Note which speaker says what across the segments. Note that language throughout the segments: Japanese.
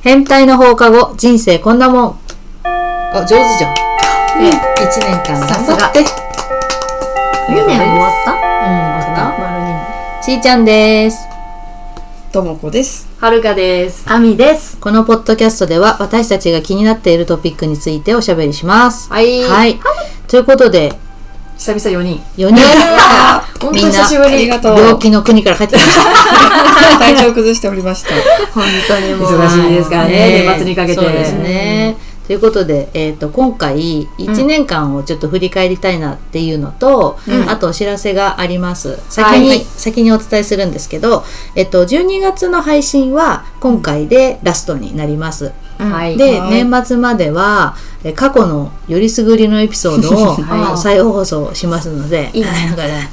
Speaker 1: 変態の放課後、人生こんなもん。あ、上手じゃん。ね、一年間頑張って。
Speaker 2: 2年終わった
Speaker 1: うん、また。
Speaker 2: 丸2
Speaker 1: ちーちゃんです。
Speaker 3: ともこです。
Speaker 2: はるかです。あみです。
Speaker 1: このポッドキャストでは、私たちが気になっているトピックについておしゃべりします。
Speaker 2: はい
Speaker 1: はい。ということで、
Speaker 2: 久々4人。
Speaker 1: 4人、
Speaker 2: ほん
Speaker 1: み
Speaker 2: と
Speaker 1: んな
Speaker 2: 久しぶ
Speaker 3: あ
Speaker 2: り。
Speaker 3: りがとう。
Speaker 1: 病気の国から帰ってきました。
Speaker 3: 体調崩しておりま した。
Speaker 2: 本当にもう。
Speaker 3: 忙
Speaker 2: 忙
Speaker 3: し
Speaker 2: し
Speaker 3: い
Speaker 2: い
Speaker 3: で
Speaker 2: ですすか
Speaker 3: か
Speaker 2: らら
Speaker 3: ね
Speaker 2: ね、年末にかけて。
Speaker 1: そうですね。ということで、えっ、と、今回、1年間をちょっと振り返りたいなっていうのと、あとお知らせがあります。先に、
Speaker 2: はい
Speaker 1: 先にお伝えするんですけど、えっと、12月の配信は今回でラストになります。
Speaker 2: はい。
Speaker 1: で、
Speaker 3: はい
Speaker 1: 年末までは、え過去のよりすぐりのエピソードを、
Speaker 2: はい
Speaker 1: あの再放送しますので、
Speaker 2: いいね
Speaker 1: なんかね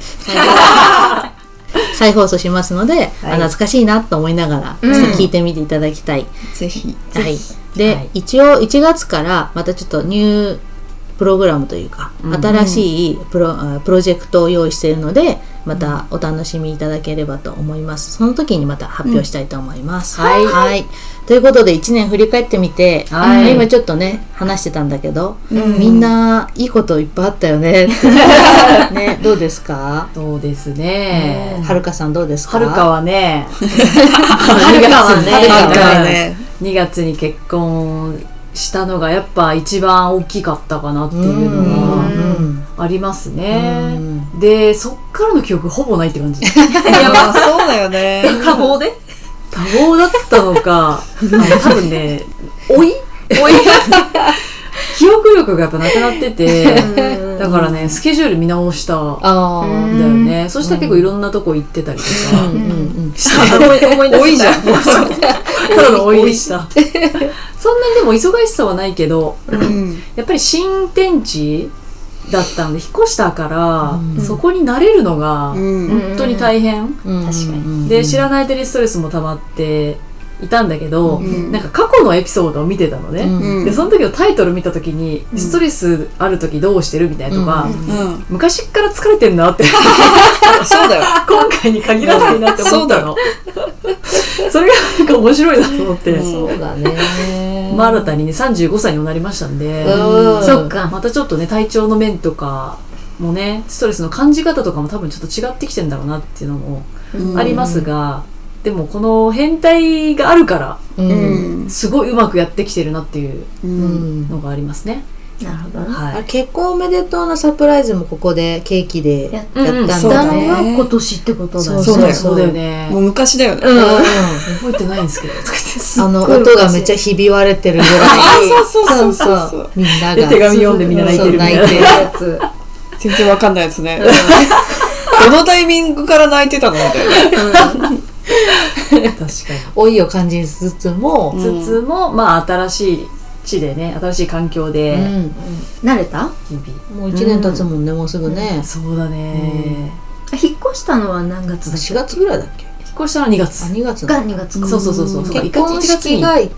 Speaker 1: 再放送しますので、あ懐かしいなと思いながら、
Speaker 2: うん
Speaker 1: 聞いてみていただきたい。
Speaker 3: ぜひ。
Speaker 1: はい、で、
Speaker 2: はい
Speaker 1: 一応1月からまたちょっとニュープログラムというか、新しいプロあプロジェクトを用意しているのでまたお楽しみいただければと思いますその時にまた発表したいと思います、
Speaker 2: うんはい
Speaker 1: ということで1年振り返ってみて、
Speaker 2: はい
Speaker 1: 今ちょっとね話してたんだけど、みんないいこといっぱいあったよね ってねどうですか
Speaker 2: そうですね。
Speaker 1: はるかさんどうですか
Speaker 2: はるかはね、
Speaker 1: はるかはね
Speaker 2: はる
Speaker 3: あ
Speaker 2: か
Speaker 3: だからね。
Speaker 2: 2月に結婚したのがやっぱ一番大きかったかなっていうの
Speaker 1: うん
Speaker 2: が
Speaker 1: うん
Speaker 2: ありますね
Speaker 1: う。
Speaker 2: で、そっからの記憶ほぼないって感じ。
Speaker 3: やばそうだよね。
Speaker 4: 多忙で
Speaker 2: 多忙だったのか、あの多分ね、老い老い記憶力がやっぱなくなってて、だからね、スケジュール見直したんだ
Speaker 1: あー
Speaker 2: よね。そしたら結構いろんなとこ行ってたりとか、
Speaker 1: うんうんうん
Speaker 4: 思い思い出
Speaker 3: 多い
Speaker 4: し
Speaker 3: じ
Speaker 4: た
Speaker 3: ゃん。
Speaker 2: ただの老いでした。そんなにでも忙しさはないけど、
Speaker 3: うん
Speaker 2: やっぱり新天地だったんで、引っ越したか
Speaker 1: うん
Speaker 2: ら、そこに慣れるのが、
Speaker 3: うん。
Speaker 2: 本当に大変。
Speaker 1: 確
Speaker 4: 確かに
Speaker 2: で、知らない手にストレスも溜まっていたんだけど、
Speaker 3: ん
Speaker 2: なんか過去のエピソードを見てたのね。
Speaker 3: うん
Speaker 2: でその時のタイトル見た時に、ストレスある時どうしてるみたいなとか、
Speaker 3: うん。
Speaker 2: 昔っから疲れてんなって
Speaker 3: そうだよ。
Speaker 2: 今回に限らないなって思ったのそれがなんか面白いなと思って、
Speaker 3: うん
Speaker 1: そうだね。
Speaker 2: まあ新たにね35歳にもなりましたんで、
Speaker 1: うん
Speaker 4: そっか
Speaker 2: またちょっとね体調の面とかもねストレスの感じ方とかも多分ちょっと違ってきてんだろうなっていうのもありますが、でもこの変態があるから
Speaker 1: う。
Speaker 3: うんん。
Speaker 2: すごいうまくやってきてるなっていう
Speaker 1: うん。
Speaker 2: のがありますね、
Speaker 4: なるほどね
Speaker 2: は
Speaker 1: あ
Speaker 2: い
Speaker 1: 結婚おめでとうのサプライズもここでケーキでやったん
Speaker 3: そう
Speaker 1: だ
Speaker 3: だ
Speaker 1: ね。
Speaker 3: ね
Speaker 4: 年ってこと
Speaker 1: そう
Speaker 3: そうだよ
Speaker 2: そうだよね
Speaker 3: もう昔だよね。
Speaker 1: うんうん
Speaker 2: 覚えてないんですけど、とか言って
Speaker 1: あの音がめっちゃひび割れてるぐらい。
Speaker 3: あそうそうそうそう
Speaker 1: そみんな
Speaker 2: で
Speaker 1: が。
Speaker 2: 手紙読んでみんな泣いてるみたいな。
Speaker 1: そう泣いてるや
Speaker 3: 全然わかんないですね。 どのタイミングから泣いてたのみたいな。
Speaker 2: 確か
Speaker 1: つ。老いを感じつつも、
Speaker 2: に。つつも、まあ、新しい地でね、新しい環境
Speaker 1: う
Speaker 2: で、
Speaker 1: ん
Speaker 4: 慣れた
Speaker 2: 日々。
Speaker 1: もう一年経つもんね、もうすぐね。
Speaker 2: そうだね。
Speaker 4: 引っ越したのは何月だっ
Speaker 1: 4月ぐらいだっけ
Speaker 2: 引っ越したのは2
Speaker 1: あ、
Speaker 2: 月。
Speaker 1: 2月
Speaker 4: け
Speaker 1: だ
Speaker 4: が。2月か
Speaker 2: そうそうそうそう。
Speaker 1: 結婚式が
Speaker 2: 1
Speaker 1: 1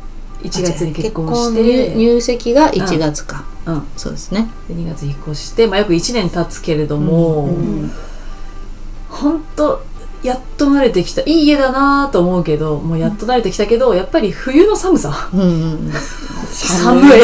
Speaker 2: 1月に結婚し
Speaker 1: 入
Speaker 2: て、
Speaker 1: 入籍が1月か。
Speaker 2: うん。
Speaker 1: そうですね。
Speaker 2: で、2月引っ越して、まあ、約1年経つけれども、ほんと、やっと慣れてきた。いい家だなと思うけど、もうやっと慣れてきたけど、やっぱり冬の寒さ。
Speaker 1: うんうん
Speaker 2: 寒
Speaker 3: ね
Speaker 2: い。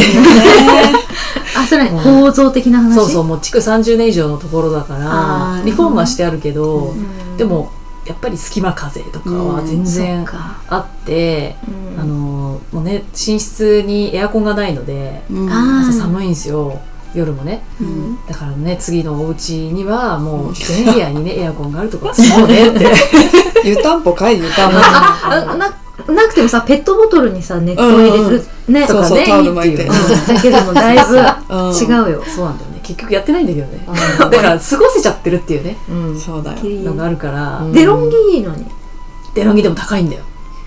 Speaker 4: あそれ構造的な話
Speaker 2: そうそう、もう築30年以上のところだか
Speaker 4: あ
Speaker 2: ら、
Speaker 4: ー
Speaker 2: リフォームはしてあるけど、
Speaker 4: うん
Speaker 2: でもやっぱり隙間風とかは全
Speaker 4: そっ
Speaker 2: 然
Speaker 4: か
Speaker 2: あって、
Speaker 4: うん
Speaker 2: あのもうね寝室にエアコンがないので
Speaker 3: うん
Speaker 4: あ
Speaker 2: 朝寒いんですよ夜もね
Speaker 4: うん
Speaker 2: だからね次のお家にはもう全部屋にねエアコンがあるとかそうねって
Speaker 3: 湯たんぽかい湯たんぽ。
Speaker 4: あななくてもさペットボトルにさ熱湯入れるね
Speaker 3: そ
Speaker 4: と
Speaker 3: う
Speaker 4: か
Speaker 3: そう、
Speaker 4: ね
Speaker 3: タオル巻いて
Speaker 2: いい。
Speaker 4: だけどもだいぶ違うよ
Speaker 2: そうなんだよね結局やってないんだけどね
Speaker 1: あ
Speaker 2: だから過ごせちゃってるっていうね
Speaker 1: うん
Speaker 3: うん。そうだよ。
Speaker 2: のがあるから、
Speaker 1: うん
Speaker 4: デロンギいいのに
Speaker 2: デロンギでも高いんだよ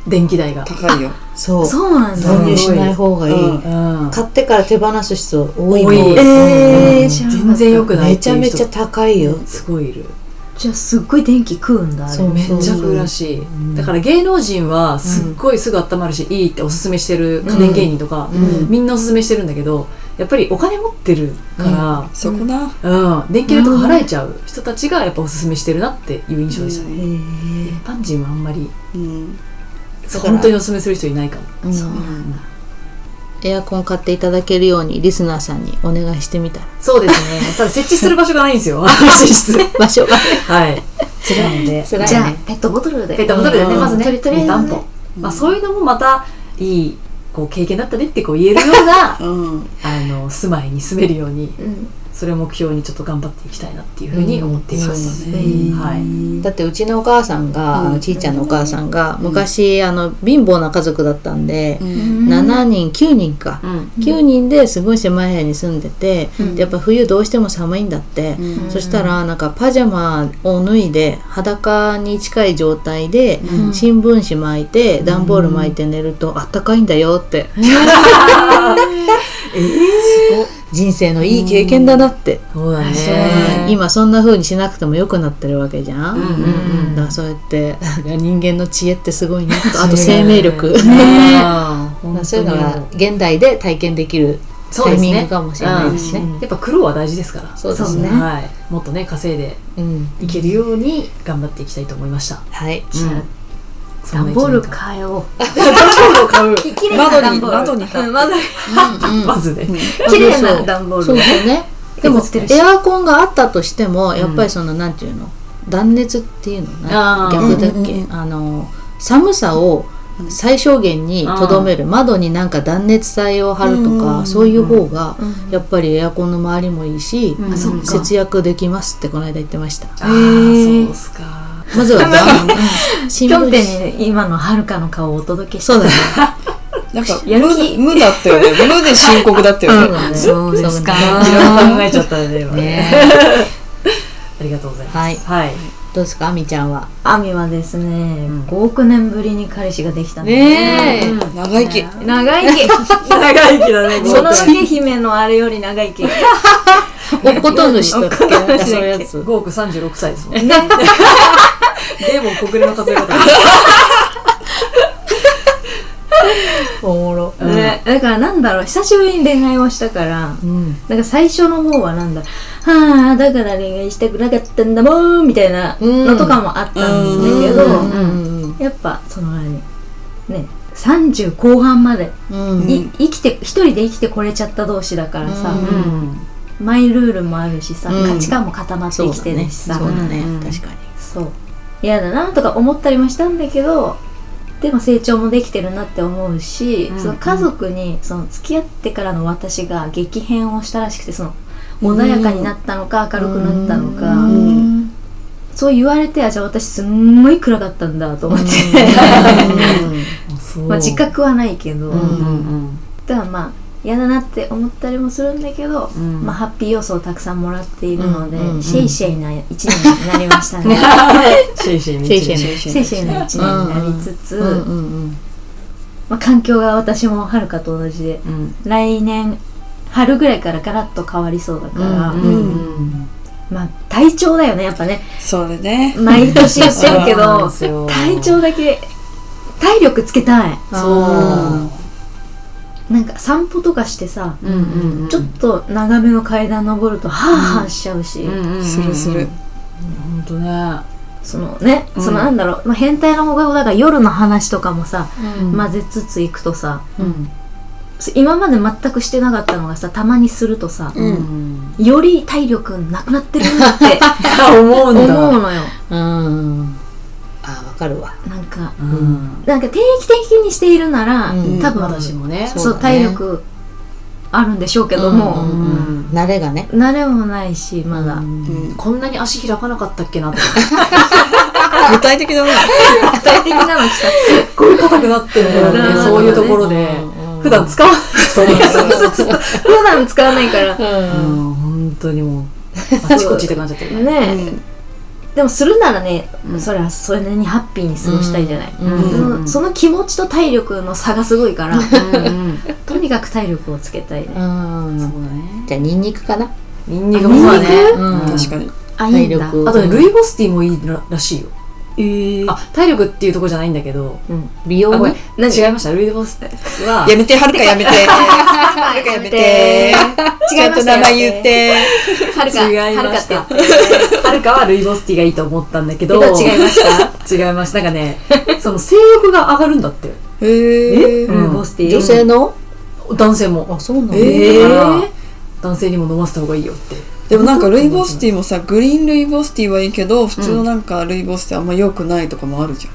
Speaker 2: 電気代が、
Speaker 3: 高いよ。
Speaker 1: そう
Speaker 4: そうなんだ
Speaker 1: 導入しない方がいい、
Speaker 3: うん
Speaker 2: うん、
Speaker 1: 買ってから手放す人多いもん
Speaker 2: 多い
Speaker 4: えー知らなかった
Speaker 2: 全然良くない
Speaker 1: め
Speaker 2: っ
Speaker 1: ち
Speaker 2: て
Speaker 1: ゃ
Speaker 2: いう人
Speaker 1: めちゃ高いよ
Speaker 2: すごいいる
Speaker 4: じゃあすっごい電気食うんだあれ
Speaker 1: そう
Speaker 2: めっちゃ食うらしい、だから芸能人はすっごいすぐ温まるし、いいっておすすめしてる家電芸人とか、
Speaker 1: うん
Speaker 2: みんなおすすめしてるんだけどやっぱりお金持ってるか
Speaker 3: そこな。
Speaker 2: ら、うん電気代とか払えちゃう人たちがやっぱおすすめしてるなっていう印象でしたね、一般人はあんまり
Speaker 3: うん。だから
Speaker 2: 本当におすすめする人いないかも
Speaker 1: うんエアコン買っていただけるようにリスナーさんにお願いしてみ たら
Speaker 2: そうですねただ設置する場所がないんですよ寝室
Speaker 1: 場所が
Speaker 2: はい辛いので
Speaker 1: 辛いね
Speaker 4: じゃあ、ペットボトルで。
Speaker 2: ペットボトルでね
Speaker 4: うん
Speaker 2: まずね
Speaker 4: とりとりあえずね
Speaker 2: 担保まあ、そういうのもまたいいこう経験だったねってこう言えるよう な
Speaker 3: うん
Speaker 2: あの住まいに住めるように
Speaker 4: うん。
Speaker 2: それを目標にちょっと頑張っていきたいなっていうふうに思っています、
Speaker 3: そうだ
Speaker 4: ね
Speaker 2: はい、
Speaker 1: だってうちのお母さんが、
Speaker 3: うん
Speaker 1: あのちいちゃんのお母さんが昔、あの貧乏な家族だったんで、
Speaker 3: うん
Speaker 1: 7人9人か、
Speaker 2: うん、
Speaker 1: 9人ですごい狭い部屋に住んでて、
Speaker 4: うん
Speaker 1: でやっぱ冬どうしても寒いんだって、
Speaker 3: うん
Speaker 1: そしたらなんかパジャマを脱いで裸に近い状態で、
Speaker 3: うん
Speaker 1: 新聞紙巻いて段ボール巻いて寝るとあったかいんだよって、人生のいい経験だなって、
Speaker 2: そうだ
Speaker 1: うん
Speaker 2: ね
Speaker 1: 今そんな風にしなくても良くなってるわけじゃん、
Speaker 2: うんうんうん
Speaker 1: だからそうやって人間の知恵ってすごいなとあと
Speaker 2: そうだ
Speaker 1: 生
Speaker 2: ね
Speaker 1: 命力、
Speaker 2: ね
Speaker 1: まあそういうのが現代で体験できるタイミングかもしれないですね。
Speaker 2: やっぱ苦労は大事ですから
Speaker 1: そうです
Speaker 4: そう
Speaker 1: ね
Speaker 4: ね。
Speaker 2: はい、もっとね稼いで
Speaker 1: うん、
Speaker 2: いけるように頑張っていきたいと思いました
Speaker 1: はい。
Speaker 2: そんな一
Speaker 4: 段
Speaker 2: 年間
Speaker 4: ボール買えよう。き綺麗な
Speaker 3: 窓
Speaker 4: 段
Speaker 3: に
Speaker 4: ボール。
Speaker 3: 窓に貼
Speaker 4: う
Speaker 3: る
Speaker 4: ん窓に
Speaker 2: まずね、
Speaker 4: 綺麗な段ボール
Speaker 1: そう
Speaker 4: ね。
Speaker 1: ですね。でも
Speaker 4: 削ってるし
Speaker 1: エアコンがあったとしてもやっぱりその、なんていうの断熱っていうの
Speaker 2: あ
Speaker 1: な
Speaker 2: ー
Speaker 1: 逆だっけ、
Speaker 3: うんうん
Speaker 1: あの寒さを最小限にとどめる、窓になんか断熱材を貼るとか、
Speaker 3: うんうん
Speaker 1: そういう方が、
Speaker 3: うん
Speaker 1: やっぱりエアコンの周りもいいし、
Speaker 2: うん
Speaker 4: あ、そっか。
Speaker 1: 節約できますってこの間言ってました。
Speaker 2: あーそうっすか
Speaker 1: まずは暖うん
Speaker 4: ピ
Speaker 1: 新
Speaker 4: ョ
Speaker 1: 聞
Speaker 4: ン
Speaker 1: 紙
Speaker 4: ペンに今のはるかの顔をお届けした。
Speaker 1: そうだね。
Speaker 3: なんか
Speaker 4: やる気
Speaker 3: 無無だったよね無で深刻だったよね
Speaker 1: そうですか。
Speaker 2: いろいろ考えちゃったね今ね
Speaker 1: ね
Speaker 2: ありがとうございます
Speaker 1: はい
Speaker 2: はい
Speaker 1: どうですか、あみちゃんは。
Speaker 4: アミはですね、
Speaker 2: ん
Speaker 4: 5億年ぶりに彼氏ができたんです
Speaker 1: ねえ
Speaker 2: うん
Speaker 3: 長生き
Speaker 4: 長生き
Speaker 2: 長生きだね
Speaker 4: もののけ姫のあれより長生きね
Speaker 1: おことぬしとか、なんかそういうやつ。
Speaker 2: 5億36歳ですもんね でも国連の数え方
Speaker 1: おもろ。
Speaker 4: だからなんだろう久しぶりに恋愛をしたから
Speaker 1: うん。
Speaker 4: なんか最初の方はなんだはあだから恋愛したくなかったんだもんみたいなのとかもあったん
Speaker 1: だ
Speaker 4: で
Speaker 1: け
Speaker 4: すけ
Speaker 1: ど、
Speaker 4: ど、
Speaker 1: うんうん
Speaker 4: やっぱその何ね30後半まで、
Speaker 1: うん。うん。
Speaker 4: い生きて一人で生きてこれちゃった同士だからさ、
Speaker 1: うん
Speaker 2: うん
Speaker 4: マイルールもあるしさ、
Speaker 1: うん
Speaker 4: 価値観も固まって生きてるしさ
Speaker 1: そうだね
Speaker 2: うん。
Speaker 1: 確かに。
Speaker 4: そう嫌だなとか思ったりもしたんだけどでも成長もできてるなって思うし、
Speaker 2: うん
Speaker 4: その家族にその付き合ってからの私が激変をしたらしくてその穏やかになったのか明るくなったの
Speaker 1: う
Speaker 4: か、
Speaker 1: ん。
Speaker 4: そう言われてあじゃあ私すんごい暗かったんだと思って
Speaker 2: そう
Speaker 4: まあ自覚はないけ
Speaker 2: う
Speaker 4: ど、
Speaker 2: んうん
Speaker 4: だからまあ嫌だなって思ったりもするんだけど、
Speaker 2: うん
Speaker 4: まあ、ハッピー要素をたくさんもらっているので、
Speaker 1: うんうんうん
Speaker 4: シェイシェイな一年になりましたね
Speaker 2: シェイシェイ
Speaker 1: シェイシェイね
Speaker 4: シェイシェイな一年になりつつ、
Speaker 1: うんうん
Speaker 4: まあ、環境が私もはるかと同じで
Speaker 2: うん
Speaker 4: 来年春ぐらいからガラッと変わりそうだから、
Speaker 1: うん
Speaker 2: うん
Speaker 4: まあ体調だよねやっぱね
Speaker 3: それね
Speaker 4: 毎年言ってるけ
Speaker 2: そう なん
Speaker 4: ど
Speaker 2: ですよ
Speaker 4: 体調だけ体力つけたい
Speaker 2: そ
Speaker 4: なんか散歩とかしてさ、
Speaker 2: ううんうんうん
Speaker 4: ちょっと長めの階段登るとハーハーしちゃうし、
Speaker 3: するする
Speaker 2: 本当ね
Speaker 4: そのね、
Speaker 2: うん
Speaker 4: そのなんだろう、まあ、変態の方がだから夜の話とかもさ、
Speaker 1: うん。
Speaker 4: 混ぜつつ行くとさ
Speaker 2: うん
Speaker 4: 今まで全くしてなかったのがさたまにするとさ、
Speaker 3: うん
Speaker 2: うん
Speaker 4: より体力なくなってる なって
Speaker 2: 思うん
Speaker 4: 思う
Speaker 2: だ
Speaker 4: のよ
Speaker 1: うん。あ、わかるわ。
Speaker 4: なんか
Speaker 2: うん
Speaker 4: なんか定期的にしているなら、
Speaker 1: うん
Speaker 4: 多分
Speaker 2: 私もね
Speaker 4: そう
Speaker 1: そうだね
Speaker 4: 体力あるんでしょうけども、
Speaker 1: うんうん慣れがね。
Speaker 4: 慣れもないしまだ、
Speaker 1: うん
Speaker 3: うん
Speaker 2: こんなに足開かなかったっけなって
Speaker 3: 具体的だね
Speaker 4: 具 体的なの来
Speaker 2: すっごい硬くなってるんだよね
Speaker 4: うん
Speaker 2: そういうところで
Speaker 1: うん
Speaker 2: 普段使わない
Speaker 4: た普段使わないからね
Speaker 2: うん本当にもうあちこちって感じだったよね
Speaker 4: え、でもするならね、
Speaker 2: うん
Speaker 4: それはそれなりにハッピーに過ごしたいじゃない、
Speaker 1: うん
Speaker 2: うん
Speaker 4: そのその気持ちと体力の差がすごいから
Speaker 2: うん
Speaker 4: とにかく体力をつけたいね、
Speaker 1: うん
Speaker 2: そうだね
Speaker 1: じゃあニンニクかな。
Speaker 2: ニンニクもそうだね
Speaker 1: ニンニク
Speaker 2: うん
Speaker 3: 確かに
Speaker 4: あいいんだ
Speaker 1: 体力
Speaker 2: あとねルイボスティーもいいららしいよ
Speaker 1: あ
Speaker 4: ええ
Speaker 2: あ体力っていうとこじゃないんだけど
Speaker 4: うん、美容
Speaker 2: あごめん
Speaker 4: 何
Speaker 2: 違いましたルイ・デボスは
Speaker 3: やめて、はるかやめて。はるかやめて。ちゃんと名前言って。
Speaker 4: はるか
Speaker 2: 違い
Speaker 4: は
Speaker 2: ま
Speaker 4: るか
Speaker 2: し
Speaker 4: ってや
Speaker 2: た
Speaker 4: って
Speaker 2: はるかはルイボスティーがいいと思ったんだけど
Speaker 4: え違いました
Speaker 2: 違いますなんかね その性欲が上がるんだって
Speaker 3: へえ
Speaker 2: うん
Speaker 4: ルイボスティー
Speaker 1: 女性の
Speaker 2: 男性も
Speaker 1: あそうなんだ、
Speaker 3: え
Speaker 2: だ
Speaker 3: ー
Speaker 2: から男性にも飲ませた方がいいよって
Speaker 3: でもなんかルイボスティーもさグリーンルイボスティーはいいけど普通のなんかルイボスティーあんま良くないとかもあるじ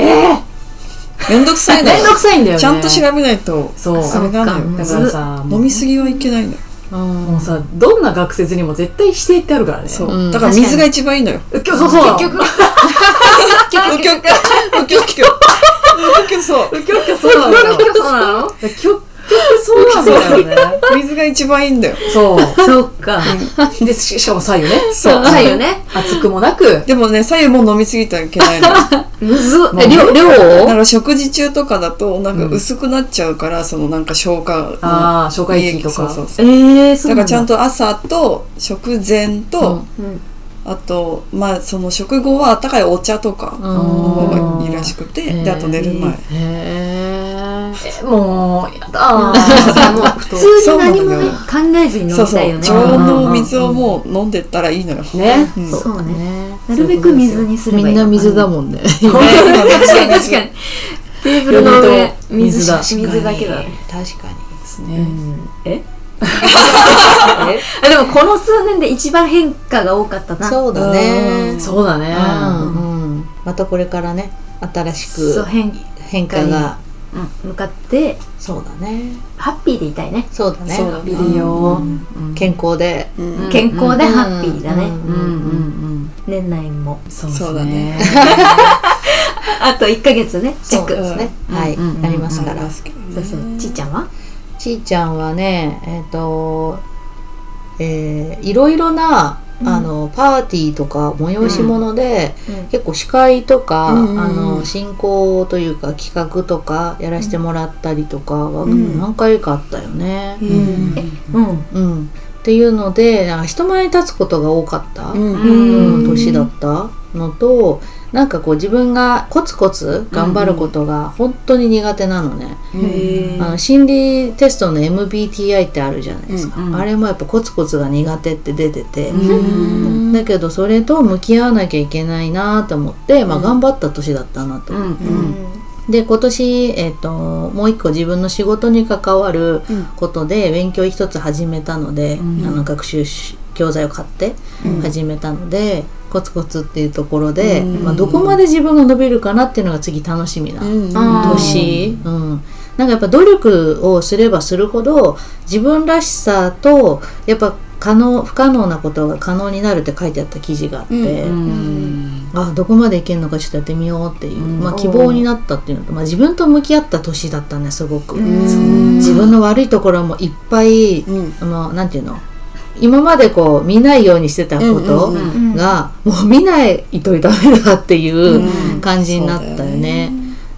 Speaker 3: ゃん、めんどくさいの
Speaker 2: めんどくさいんだよね
Speaker 3: ちゃんと調べないと
Speaker 2: そう
Speaker 3: それがあるのよ
Speaker 2: だ
Speaker 3: だ
Speaker 2: か
Speaker 3: からら
Speaker 2: さも
Speaker 3: 飲
Speaker 2: う
Speaker 3: みすぎはいけないのよ
Speaker 1: うん
Speaker 2: もうさどんな学説にも絶対指定ってあるからね
Speaker 3: そう、
Speaker 1: うん
Speaker 3: だから水が一番いいのよ
Speaker 2: うっきょそうそう
Speaker 4: 結局
Speaker 3: うきょうきょうきょうきょうきょそう
Speaker 2: うっきょうっきょそうなんだよ
Speaker 4: そうなの
Speaker 2: 結局そうなんだよね
Speaker 3: 水が一番いいんだよ
Speaker 2: そう
Speaker 4: そっか
Speaker 2: でししかも左右ね
Speaker 3: そう
Speaker 4: そうよね
Speaker 2: 熱くもなく
Speaker 3: でもね左右も飲みすぎてはいけないのよ
Speaker 4: むずっ
Speaker 2: もう
Speaker 1: え量量
Speaker 3: だか
Speaker 1: を
Speaker 3: ら食事中とかだとなんか薄くなっちゃうから、そのなんか消化の
Speaker 2: ああ消化液と
Speaker 3: そう
Speaker 2: か
Speaker 3: そうそう
Speaker 1: えー、そ
Speaker 3: だ
Speaker 1: うな
Speaker 3: から
Speaker 1: ん
Speaker 3: ちゃん
Speaker 1: だ
Speaker 3: と朝と食前と、
Speaker 4: うん
Speaker 3: あとまあその食後はあったかいお茶とか
Speaker 1: う
Speaker 3: の
Speaker 1: ん
Speaker 3: 方がいいらしくて、
Speaker 1: うん
Speaker 3: であと寝る前、
Speaker 1: へえ
Speaker 2: えもうやだ
Speaker 4: あ
Speaker 2: ー
Speaker 4: もう普
Speaker 3: う
Speaker 4: 通に何もね
Speaker 3: そう
Speaker 4: 考えずに飲
Speaker 3: そう
Speaker 4: み
Speaker 3: そ
Speaker 4: たいよ
Speaker 3: う
Speaker 4: ね
Speaker 3: 常温のお水をもう飲んでったらいいのよ、
Speaker 2: ね
Speaker 3: うん、
Speaker 4: そうそうね
Speaker 1: ね
Speaker 4: なるべく水にすればいい
Speaker 1: みんな水だ
Speaker 4: ん
Speaker 1: もんね
Speaker 4: 確かに確かにテーブルの上水
Speaker 2: 水だ
Speaker 4: 水だけだね
Speaker 1: 確かに
Speaker 2: ですね
Speaker 4: えあでもこの数年で一番変化が多かったな
Speaker 1: そうだね
Speaker 2: そうだね
Speaker 1: うんうんまたこれからね新し
Speaker 4: そう
Speaker 1: く
Speaker 4: 変
Speaker 1: 変化が
Speaker 4: 向かって
Speaker 1: そうだね
Speaker 4: ハッピーでいたいね
Speaker 1: そうだね
Speaker 3: そうだね
Speaker 2: ビデオ
Speaker 1: 健康で
Speaker 3: うん
Speaker 4: 健康でハッピーだね、
Speaker 1: うん
Speaker 2: うんうん
Speaker 4: 年内も
Speaker 2: うんそ
Speaker 3: そうう
Speaker 2: だ
Speaker 3: だ
Speaker 2: ね
Speaker 3: ね
Speaker 4: あと1ヶ月ねチェ
Speaker 1: そ
Speaker 4: ッ
Speaker 1: う
Speaker 4: ク
Speaker 1: ですね
Speaker 2: うん
Speaker 1: はい
Speaker 2: うん
Speaker 1: あります
Speaker 3: あ
Speaker 1: か
Speaker 3: り
Speaker 1: ら
Speaker 3: ますけど
Speaker 4: そう
Speaker 3: ね
Speaker 4: そうちいちゃんは
Speaker 1: ちいちゃんはねえっとえーいろいろなあのパーティーとか催し物で
Speaker 4: うん
Speaker 1: 結構司会とか、
Speaker 3: うんうんうん
Speaker 1: あの進行というか企画とかやらせてもらったりとかは
Speaker 3: ん
Speaker 1: 何回かあったよね。
Speaker 3: う
Speaker 1: うん
Speaker 3: ん
Speaker 4: うん
Speaker 1: うんっていうのでなんか人前に立つことが多かった、
Speaker 3: うん
Speaker 4: う
Speaker 1: うん
Speaker 4: ん
Speaker 1: 年だったのとなんかこう自分がコツコツ頑張ることが本当に苦手なのね、
Speaker 4: へ
Speaker 1: あの心理テストの MBTI ってあるじゃないですか、
Speaker 2: うんうん
Speaker 1: あれもやっぱコツコツが苦手って出てて。
Speaker 2: うん
Speaker 1: だけどそれと向き合わなきゃいけないなと思って、まあ、頑張った年だったなと、
Speaker 2: うん
Speaker 4: うん
Speaker 1: で今年、えっともう一個自分の仕事に関わることで勉強一つ始めたので、
Speaker 2: うん
Speaker 1: あの学習し教材を買って始めたので、コツコツっていうところで、
Speaker 3: うん
Speaker 1: まあ、どこまで自分が伸びるかなっていうのが次楽しみな
Speaker 3: うん
Speaker 4: あー
Speaker 1: 年、うんなんかやっぱ努力をすればするほど自分らしさとやっぱ可能不可能なことが可能になるって書いてあった記事があって、
Speaker 3: う
Speaker 2: うん
Speaker 1: あどこまでいけるのかちょっとやってみようっていう、
Speaker 2: うん
Speaker 1: まあ、希望になったっていうのと、まあ、自分と向き合った年だったねすごく、
Speaker 3: うん
Speaker 1: 自分の悪いところもいっぱい、
Speaker 3: うん
Speaker 1: あのなんていうの今までこう見ないようにしてたこと
Speaker 3: うんうん
Speaker 4: うん
Speaker 1: が、もう見ないとダメだっていううん感じになったよね,、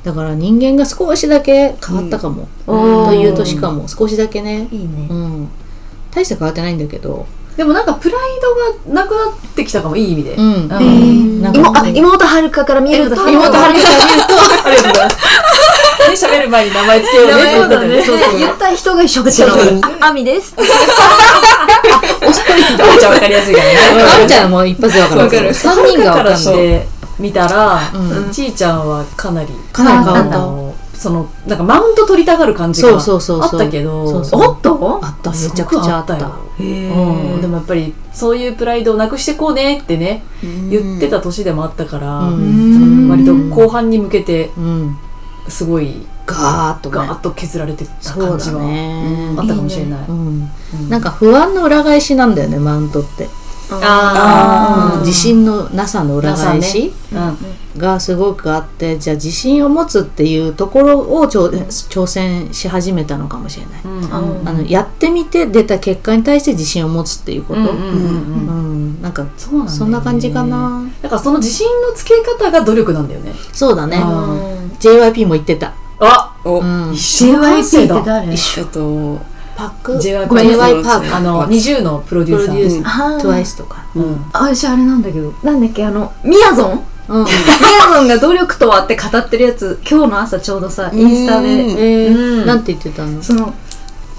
Speaker 3: そう
Speaker 1: だから人間が少しだけ変わったかも、
Speaker 4: うん
Speaker 1: という年かも少しだけね、
Speaker 4: いいね
Speaker 1: うん、大して変わってないんだけど、
Speaker 2: でもなんかプライドがなくなってきたかもいい意味で
Speaker 1: うん
Speaker 2: あ
Speaker 1: なん
Speaker 4: 妹
Speaker 1: か
Speaker 4: あ妹はるかから見えると
Speaker 1: 妹はるかさん見ると
Speaker 2: りがとうございますで喋る前に名前つけようねって言ったのね そうそう
Speaker 4: 言った人が一緒だああみです
Speaker 2: たまちゃんわかりやすいからね
Speaker 1: あんちゃんはもう一発で分かる
Speaker 3: わかる
Speaker 1: 三人が
Speaker 2: か
Speaker 1: 分からん
Speaker 2: し
Speaker 1: ない
Speaker 2: て見たら、
Speaker 1: うん
Speaker 2: ちいちゃんはかなり
Speaker 1: かなり変わっ
Speaker 2: あ
Speaker 1: た
Speaker 2: のそのなんかマウント取りたがる感じがあ
Speaker 1: そ
Speaker 2: っ
Speaker 1: うそうそうそう
Speaker 2: たけど
Speaker 1: そうそう
Speaker 2: おっと
Speaker 1: あっためちゃくちゃあった
Speaker 2: すごよ
Speaker 4: へ
Speaker 2: うん、でもやっぱりそういうプライドをなくしてこうねってね言ってた年でもあったから、
Speaker 1: うん
Speaker 2: 割と後半に向けて
Speaker 1: うん
Speaker 2: すごい
Speaker 1: ガーッとね
Speaker 2: ガーッと削られてた
Speaker 1: そ
Speaker 2: 感
Speaker 1: う
Speaker 2: じ
Speaker 1: だ
Speaker 2: は、
Speaker 1: ね
Speaker 2: あったかもしれない。
Speaker 1: うん
Speaker 2: うん
Speaker 1: なんか不安の裏返しなんだよねマウントって
Speaker 2: あ
Speaker 1: うん自信のなさの裏返し
Speaker 2: うん
Speaker 1: がすごくあってじゃあ自信を持つっていうところを挑挑戦し始めたのかもしれない
Speaker 2: うん
Speaker 4: うん
Speaker 1: あのやってみて出た結果に対して自信を持つっていうこ
Speaker 2: う
Speaker 1: と
Speaker 2: んうんうんうん
Speaker 1: うんなんか
Speaker 2: そうなんだよね
Speaker 1: そんな感じかな
Speaker 2: だからその自信のつけ方が努力なんだよね
Speaker 1: そうだね
Speaker 2: あー
Speaker 1: JYP も言ってた
Speaker 2: あ
Speaker 3: お、
Speaker 1: うん
Speaker 2: 一緒の感
Speaker 4: JYP
Speaker 2: 性
Speaker 4: って
Speaker 2: だ
Speaker 4: 誰
Speaker 3: えっと
Speaker 1: パック
Speaker 2: JYP
Speaker 1: ごめん JY パーク
Speaker 2: あの
Speaker 3: 二
Speaker 2: NiziU のプロデ
Speaker 1: プ
Speaker 2: ュー
Speaker 1: ロデ
Speaker 2: サ
Speaker 1: ュース
Speaker 2: ー
Speaker 4: あー
Speaker 1: TWICE とか
Speaker 2: うん
Speaker 4: あ私あれなんだけどなんだっけあのみやぞん
Speaker 1: うん、
Speaker 4: みやぞんが努力とはって語ってるやつ今日の朝ちょうどさインスタ
Speaker 3: うん
Speaker 4: で
Speaker 1: え
Speaker 2: うん
Speaker 1: ー、なんて言ってたの
Speaker 4: その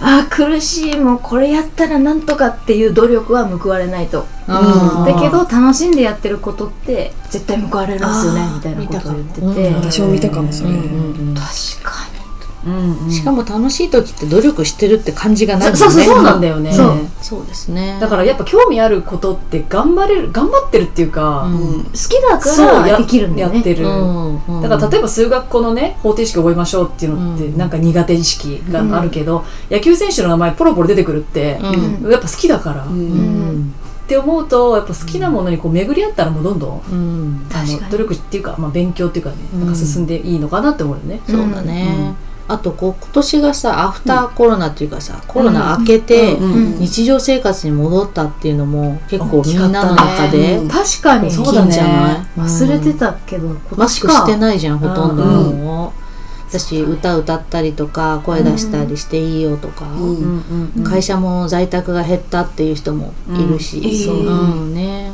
Speaker 4: あー苦しいもうこれやったらなんとかっていう努力は報われないと
Speaker 1: あー
Speaker 4: だけど楽しんでやってることって絶対報われるんですよね
Speaker 1: あー
Speaker 4: みたいなことを言ってて、
Speaker 1: 見たかも
Speaker 3: 私も見たかもそれ、
Speaker 1: うんうん
Speaker 4: 確か
Speaker 2: うんうん
Speaker 1: しかも楽しい時って努力してるって感じがないもんね
Speaker 2: そうそうそうなんだよね
Speaker 1: そうそうですね
Speaker 2: だからやっぱ興味あることって頑張れる頑張ってるっていうか、
Speaker 1: うん
Speaker 3: うん
Speaker 4: に好きだ
Speaker 2: そう
Speaker 4: からできるんだよね
Speaker 2: やってる、
Speaker 1: うんうん
Speaker 2: だから例えば数学このね方程式覚えましょうっていうのって
Speaker 1: うん
Speaker 2: なんか苦手意識があるけど、野球選手の名前ポロポロ出てくるって、
Speaker 1: うん
Speaker 2: やっぱ好きだから、っ
Speaker 3: う
Speaker 1: うんん
Speaker 2: て思うとやっぱ好きなものにこう巡り合ったらもうどんどん
Speaker 1: うん
Speaker 2: あ
Speaker 4: 確か
Speaker 2: の
Speaker 4: に
Speaker 2: 努力っていうか、まあ、勉強っていうかね、
Speaker 1: うん
Speaker 2: なんか進んでいいのかなって思うよね。
Speaker 1: そうだね、
Speaker 2: うん
Speaker 1: あとこう今年がさアフターコロナっていうかさ、コロナ明けて
Speaker 2: うん
Speaker 3: うん
Speaker 1: 日常生活に戻ったっていうのも結構みんなの中で
Speaker 3: うん
Speaker 4: 確かに
Speaker 1: 大
Speaker 2: そ
Speaker 1: き
Speaker 2: う
Speaker 1: い
Speaker 2: だ
Speaker 1: ん
Speaker 2: ね
Speaker 1: じゃない、
Speaker 4: 忘れて
Speaker 1: た
Speaker 4: たけど今
Speaker 1: マス
Speaker 4: 年
Speaker 1: ク
Speaker 4: か
Speaker 1: してないじゃんほとんどの
Speaker 3: う
Speaker 1: もう私歌歌ったりとか声出したりしていいよとか、
Speaker 3: うん
Speaker 2: うん
Speaker 1: 会社も在宅が減ったっていう人もいるし、
Speaker 4: うん
Speaker 1: そう
Speaker 4: ええ
Speaker 1: うんね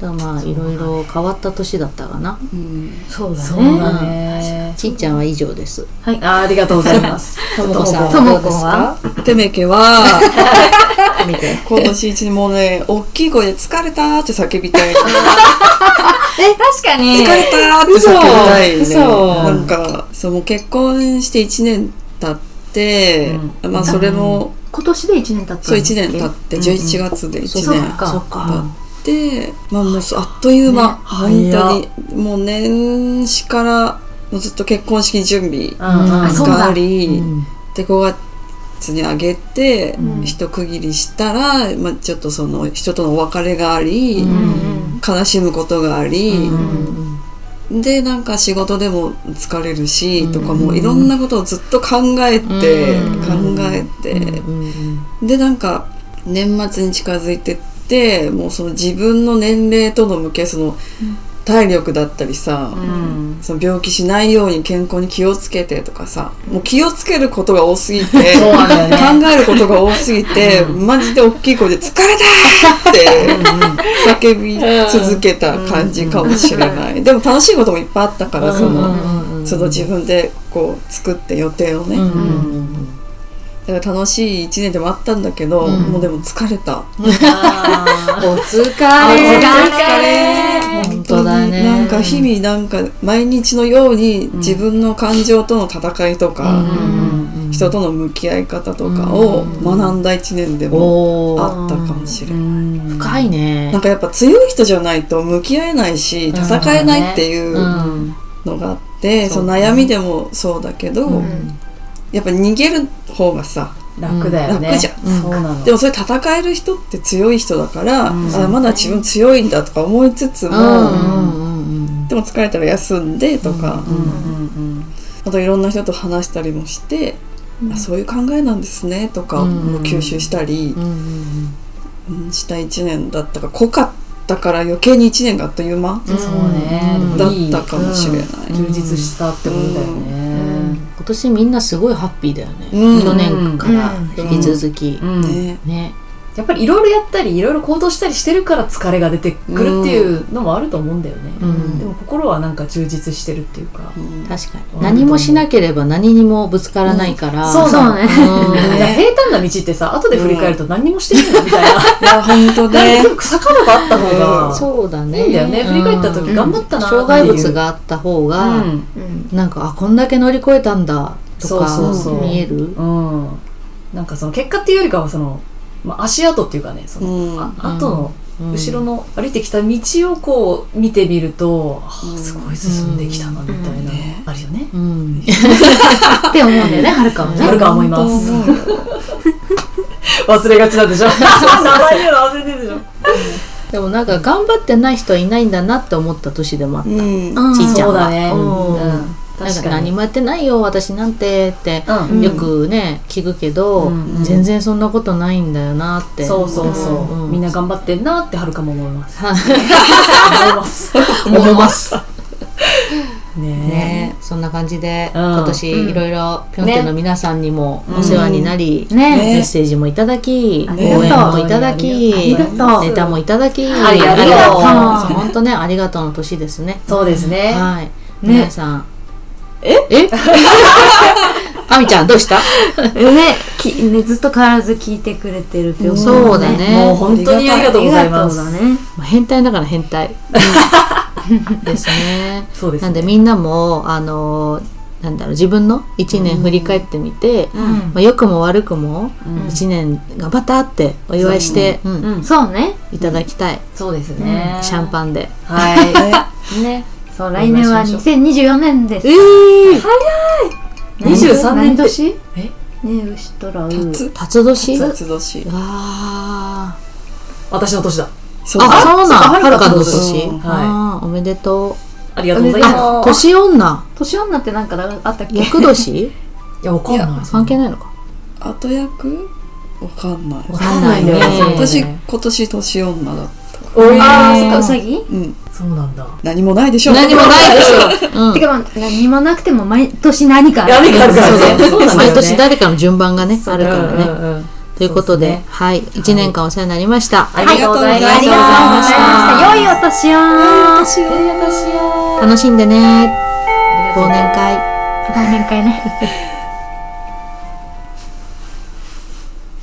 Speaker 1: だからまあいろいろ変わった年だったかな、
Speaker 3: うん
Speaker 4: そうだ
Speaker 2: そう
Speaker 4: ね
Speaker 2: だね。
Speaker 1: ちんちゃんは以上です
Speaker 2: はい、あーありがとうございます。
Speaker 1: ともこさん
Speaker 4: とも
Speaker 1: ど
Speaker 4: こ
Speaker 1: うですか
Speaker 4: は
Speaker 3: てめけは
Speaker 1: 見て
Speaker 3: 今年一年もうね大きい声で「疲れた」って叫びたい疲
Speaker 4: え確かに
Speaker 3: れたって叫びたいね
Speaker 1: 嘘嘘
Speaker 3: なんかそうもう結婚して一年経って、まあそれも、
Speaker 4: 今年で1年経ったんだっけ
Speaker 3: そう一年経って11月で一
Speaker 1: そ
Speaker 3: 年
Speaker 1: う
Speaker 3: 経っ
Speaker 1: かそうか
Speaker 3: て、まあもうそうあっという間、
Speaker 2: ね
Speaker 3: 本当にもう年始からもうずっと結婚式準備
Speaker 2: うん
Speaker 4: あそう
Speaker 3: があ
Speaker 1: う
Speaker 3: り、
Speaker 1: ん
Speaker 3: で5月にあげて、
Speaker 4: うん
Speaker 3: 一区切りしたら、まあ、ちょっとその人とのお別れがあり、
Speaker 1: うん
Speaker 3: 悲しむことがあり、
Speaker 1: うん
Speaker 3: でなんか仕事でも疲れるし、
Speaker 1: うん
Speaker 3: とかもういろんなことをずっと考えて、
Speaker 1: うん
Speaker 3: 考え
Speaker 1: うん
Speaker 3: て、
Speaker 1: うん
Speaker 3: でなんか年末に近づいてってもうその自分の年齢との向けその体力だったりさ、
Speaker 2: うん
Speaker 3: その病気しないように健康に気をつけてとかさもう気をつけることが多すぎて
Speaker 2: そうなんだよね。
Speaker 3: 考えることが多すぎて、マジで大きい声で「疲れた!」って叫び続けた感じかもしれない、でも楽しいこともいっぱいあったからその、
Speaker 1: うん
Speaker 3: その自分でこう作って予定をね、
Speaker 1: うん
Speaker 3: だ
Speaker 1: うん
Speaker 3: から楽しい1年でもあったんだけど、
Speaker 1: うん
Speaker 3: もうでも疲れた
Speaker 2: あ
Speaker 1: お疲
Speaker 4: れ
Speaker 1: れ
Speaker 4: れ
Speaker 1: 本当だね
Speaker 3: なんか日々なんか毎日のように自分の感情との戦いとか、
Speaker 2: ー
Speaker 1: うん
Speaker 3: 人との向き合い方とかを学んだ1年でも
Speaker 1: おー
Speaker 3: あったかもしれない。
Speaker 2: うん
Speaker 1: 深いね
Speaker 3: なんかやっぱ強い人じゃないと向き合えないし戦えないっていう
Speaker 1: う
Speaker 3: の
Speaker 1: ん
Speaker 3: があって、
Speaker 2: うん
Speaker 3: その悩みでもそうだけど、
Speaker 1: うん
Speaker 3: やっぱ逃げる方がさ
Speaker 2: 楽だよね。
Speaker 3: 楽じゃん
Speaker 2: そうなの。
Speaker 3: でもそれ戦える人って強い人だから、
Speaker 2: うん
Speaker 3: あまだ自分強いんだとか思いつつ
Speaker 1: う
Speaker 3: も、
Speaker 1: んうんうん
Speaker 3: でも疲れたら休んでとか、
Speaker 2: うんうん
Speaker 3: あといろんな人と話したりもして、あそういう考えなんですねとかを
Speaker 1: うん
Speaker 3: 吸収したり
Speaker 1: うんう、ん
Speaker 3: うんした1年だったから濃かったから余計に1年があっという間
Speaker 2: うん。そうね。
Speaker 1: うん
Speaker 2: で
Speaker 3: だ
Speaker 2: もいい
Speaker 3: ったかもしれない。
Speaker 2: うん充実したってことだよね。
Speaker 1: 今年みんなすごいハッピーだよね、
Speaker 3: うん
Speaker 1: 去年から引き続き、
Speaker 2: うん
Speaker 3: ね
Speaker 1: ね
Speaker 2: やっぱりいろいろやったりいろいろ行動したりしてるから疲れが出てくるっていうのもあると思うんだよね。
Speaker 1: うん
Speaker 2: でも心はなんか充実してるっていうか。
Speaker 3: うん
Speaker 1: 確かに
Speaker 2: うん
Speaker 1: 何もしなければ何にもぶつからないから、
Speaker 2: そう
Speaker 4: そうね
Speaker 1: うん
Speaker 2: だから平坦な道ってさ後で振り返ると何にもしてないみたいな。
Speaker 3: いや、本当
Speaker 2: で
Speaker 3: ね。
Speaker 2: も坂のがあった方が。
Speaker 1: そうだね
Speaker 2: いいんだよね振り返った時
Speaker 1: うん
Speaker 2: 頑張ったなっていう
Speaker 1: 障害物があった方が、
Speaker 4: うん
Speaker 1: なんかあこんだけ乗り越えたんだとか
Speaker 2: そうそうそう
Speaker 1: 見える
Speaker 2: うん、うん、なんかその結果っていうよりかはその、まあ、足跡っていうかねその、
Speaker 3: うん
Speaker 2: あ
Speaker 1: うん
Speaker 2: 後の
Speaker 1: うん
Speaker 2: 後ろの歩いてきた道をこう見てみると、あーすごい進んできたなみたいなのあるよね。
Speaker 1: うん
Speaker 4: って思うんだよねはるかもね
Speaker 2: あるか思います。 忘れがちなん でしょ名前言うの忘れてるでしょ
Speaker 1: でもなんか頑張ってない人はいないんだなって思った年でもあった、
Speaker 3: うん。
Speaker 4: うん
Speaker 1: ちいちゃん
Speaker 2: そう
Speaker 1: は
Speaker 2: だね。
Speaker 1: うん
Speaker 2: うん、
Speaker 1: なん
Speaker 2: 確
Speaker 1: か
Speaker 2: か
Speaker 1: 何
Speaker 2: に。
Speaker 1: もやってないよ私なんてって、
Speaker 2: うん
Speaker 3: ん
Speaker 1: よくね聞くけど、
Speaker 2: うんうん
Speaker 1: 全然そんなことないんだよなって
Speaker 2: そうそうそう、
Speaker 1: んん
Speaker 2: みんな頑張ってんなってはるかも思います。
Speaker 1: は
Speaker 2: 思います。
Speaker 1: 思います
Speaker 2: ねえ。
Speaker 1: ねそんな感じで、
Speaker 2: うん
Speaker 1: 今年いろいろぴょんての皆さんにも
Speaker 2: ね
Speaker 1: お世話になり、
Speaker 4: ね
Speaker 3: ね
Speaker 1: メッセージもいただき、
Speaker 4: あ
Speaker 1: 応
Speaker 4: りがとう
Speaker 1: 援もいただき、
Speaker 4: ありがとう
Speaker 1: ネタもいただき、
Speaker 2: はいあり
Speaker 4: がと
Speaker 1: そ
Speaker 4: う
Speaker 1: う本当ね、ありがとうの年ですね。
Speaker 2: そうですね。
Speaker 1: はい、皆さん。ええ あみちゃん、どうした
Speaker 4: ねきねずっと変わらず聞いてくれてる病
Speaker 1: そうだね。
Speaker 2: もう本当にありがとうございます。
Speaker 4: だね
Speaker 1: まあ変態だから変態。ですね。
Speaker 2: そうです
Speaker 1: なん
Speaker 2: ね。
Speaker 1: でみんなもあのなんだろう自分の1年振り返ってみて、
Speaker 4: うん
Speaker 1: まあ、良くも悪くも
Speaker 2: うん
Speaker 1: 1年頑張ったってお祝いして、うん
Speaker 2: うん、
Speaker 4: そうね
Speaker 1: いただきたい、
Speaker 2: そうですね。
Speaker 1: シャン
Speaker 2: ン。
Speaker 1: パンで。
Speaker 2: はい。
Speaker 4: ねそう来年は2024年です
Speaker 1: えー、
Speaker 2: 23年
Speaker 4: 何年
Speaker 2: え
Speaker 4: ねウシトラウ
Speaker 3: 夏
Speaker 1: 辰年わ
Speaker 3: 夏年
Speaker 1: あ
Speaker 2: 私の年だ。
Speaker 3: そ
Speaker 1: あそうなんはるかの
Speaker 3: う
Speaker 1: 年
Speaker 3: ん、
Speaker 1: あーおめでとう
Speaker 2: ありがとうございます。
Speaker 1: あ年女
Speaker 4: 年女ってなんかあったっけ
Speaker 1: 厄 年
Speaker 2: いや、わかんない。
Speaker 1: 関係ないのか
Speaker 3: 後役わかんない
Speaker 1: わかんないね
Speaker 2: わかんないね
Speaker 3: 私今年年女だ
Speaker 2: おー
Speaker 4: あーそっかうさぎ
Speaker 3: うん
Speaker 2: そうなんだ。
Speaker 3: 何もないでしょ
Speaker 1: 何もないでしょ、うん
Speaker 4: てかまあ何もなくても毎年何かある
Speaker 2: やめかあるからね。そうなんだよ
Speaker 1: 毎
Speaker 2: ね
Speaker 1: 年誰かの順番がね
Speaker 2: そう
Speaker 1: あるからね、
Speaker 2: うんうんうん
Speaker 1: ということで
Speaker 2: そうですね
Speaker 1: はい1年間お世話になりました、
Speaker 2: ありがとうございま
Speaker 4: ありがとうございまし
Speaker 2: した。
Speaker 4: た良いお年を
Speaker 3: 私は
Speaker 1: 楽しんでね忘年会
Speaker 4: 忘年会ね